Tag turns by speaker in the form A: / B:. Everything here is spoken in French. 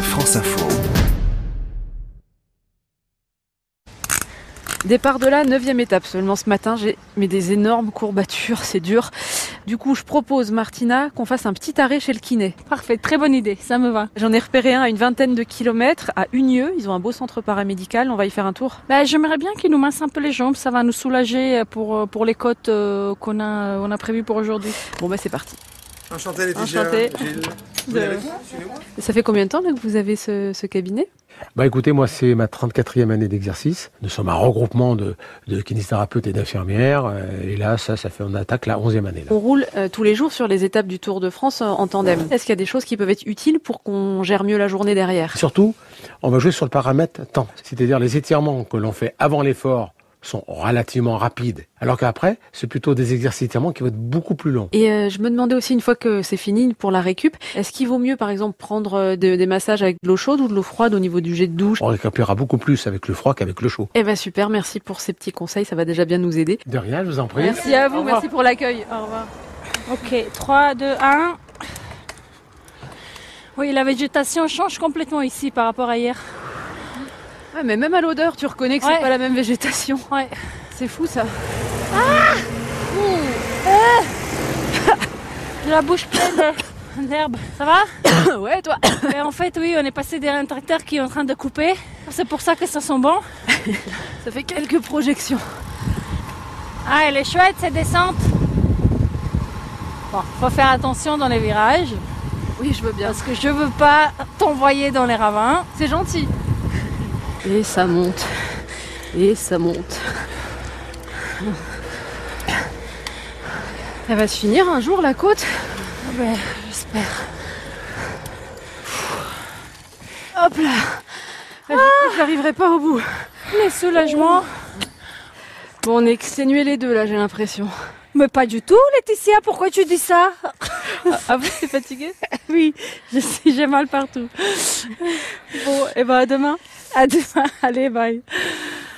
A: France Info.
B: Départ de la neuvième étape seulement ce matin, j'ai mais des énormes courbatures, c'est dur. Du coup, je propose, Martina, qu'on fasse un petit arrêt chez le kiné.
C: Parfait, très bonne idée, ça me va.
B: J'en ai repéré un à une vingtaine de kilomètres, à Unieux. Ils ont un beau centre paramédical, on va y faire un tour.
C: Bah, J'aimerais bien qu'il nous masse un peu les jambes, ça va nous soulager pour, euh, pour les côtes euh, qu'on a, on a prévues pour aujourd'hui.
B: Bon, bah c'est parti.
D: Enchanté les
B: Enchanté.
D: Gilles. Vous
B: De-
D: allez avec moi Suivez-moi.
B: Ça fait combien de temps là, que vous avez ce, ce cabinet
E: Bah écoutez, moi c'est ma 34e année d'exercice. Nous sommes un regroupement de, de kinésithérapeutes et d'infirmières. euh, Et là, ça, ça fait, on attaque la 11e année. là.
B: On roule euh, tous les jours sur les étapes du Tour de France euh, en tandem. Est-ce qu'il y a des choses qui peuvent être utiles pour qu'on gère mieux la journée derrière
E: Surtout, on va jouer sur le paramètre temps. C'est-à-dire les étirements que l'on fait avant l'effort sont relativement rapides. Alors qu'après, c'est plutôt des exercices d'étirement qui vont être beaucoup plus longs.
B: Et euh, je me demandais aussi une fois que c'est fini pour la récup, est-ce qu'il vaut mieux par exemple prendre euh, de- des massages avec de l'eau chaude ou de l'eau froide au niveau du jet de douche
E: On récupérera beaucoup plus avec le froid qu'avec le chaud.
B: Eh ben super, merci pour ces petits conseils, ça va déjà bien nous aider.
E: De rien, je vous en prie.
B: Merci à vous,
E: revoir.
B: merci pour l'accueil. Au revoir.
C: Ok, 3, 2, 1. Oui, la végétation change complètement ici par rapport à hier.
B: Ouais, mais même à l'odeur, tu reconnais que c'est
C: Ouais.
B: pas la même végétation.
C: Ouais.
B: C'est fou ça.
C: De la bouche pleine de- d'herbe. Ça va
B: ouais, toi.
C: Mais En fait, oui, on est passé derrière un tracteur qui est en train de couper. C'est pour ça que ça sent bon.
B: Ça fait quelques projections.
C: Ah, elle est chouette cette descente. Bon, faut faire attention dans les virages
B: Oui, je veux bien.
C: parce que je veux pas t'envoyer dans les ravins.
B: C'est gentil. Et ça monte. Et ça monte. Ça va se finir un jour la côte
C: Ben, j'espère.
B: Hop là Ah, du coup, J'arriverai pas au bout.
C: Les soulagements,
B: Bon, on est exténués les deux là, j'ai l'impression.
C: mais pas du tout, Laetitia. Pourquoi tu dis ça
B: Ah, vous, t'es fatiguée
C: Oui, je sais,
B: eh
C: j'ai mal partout. Bon, et ben à demain. À demain. Allez, bye.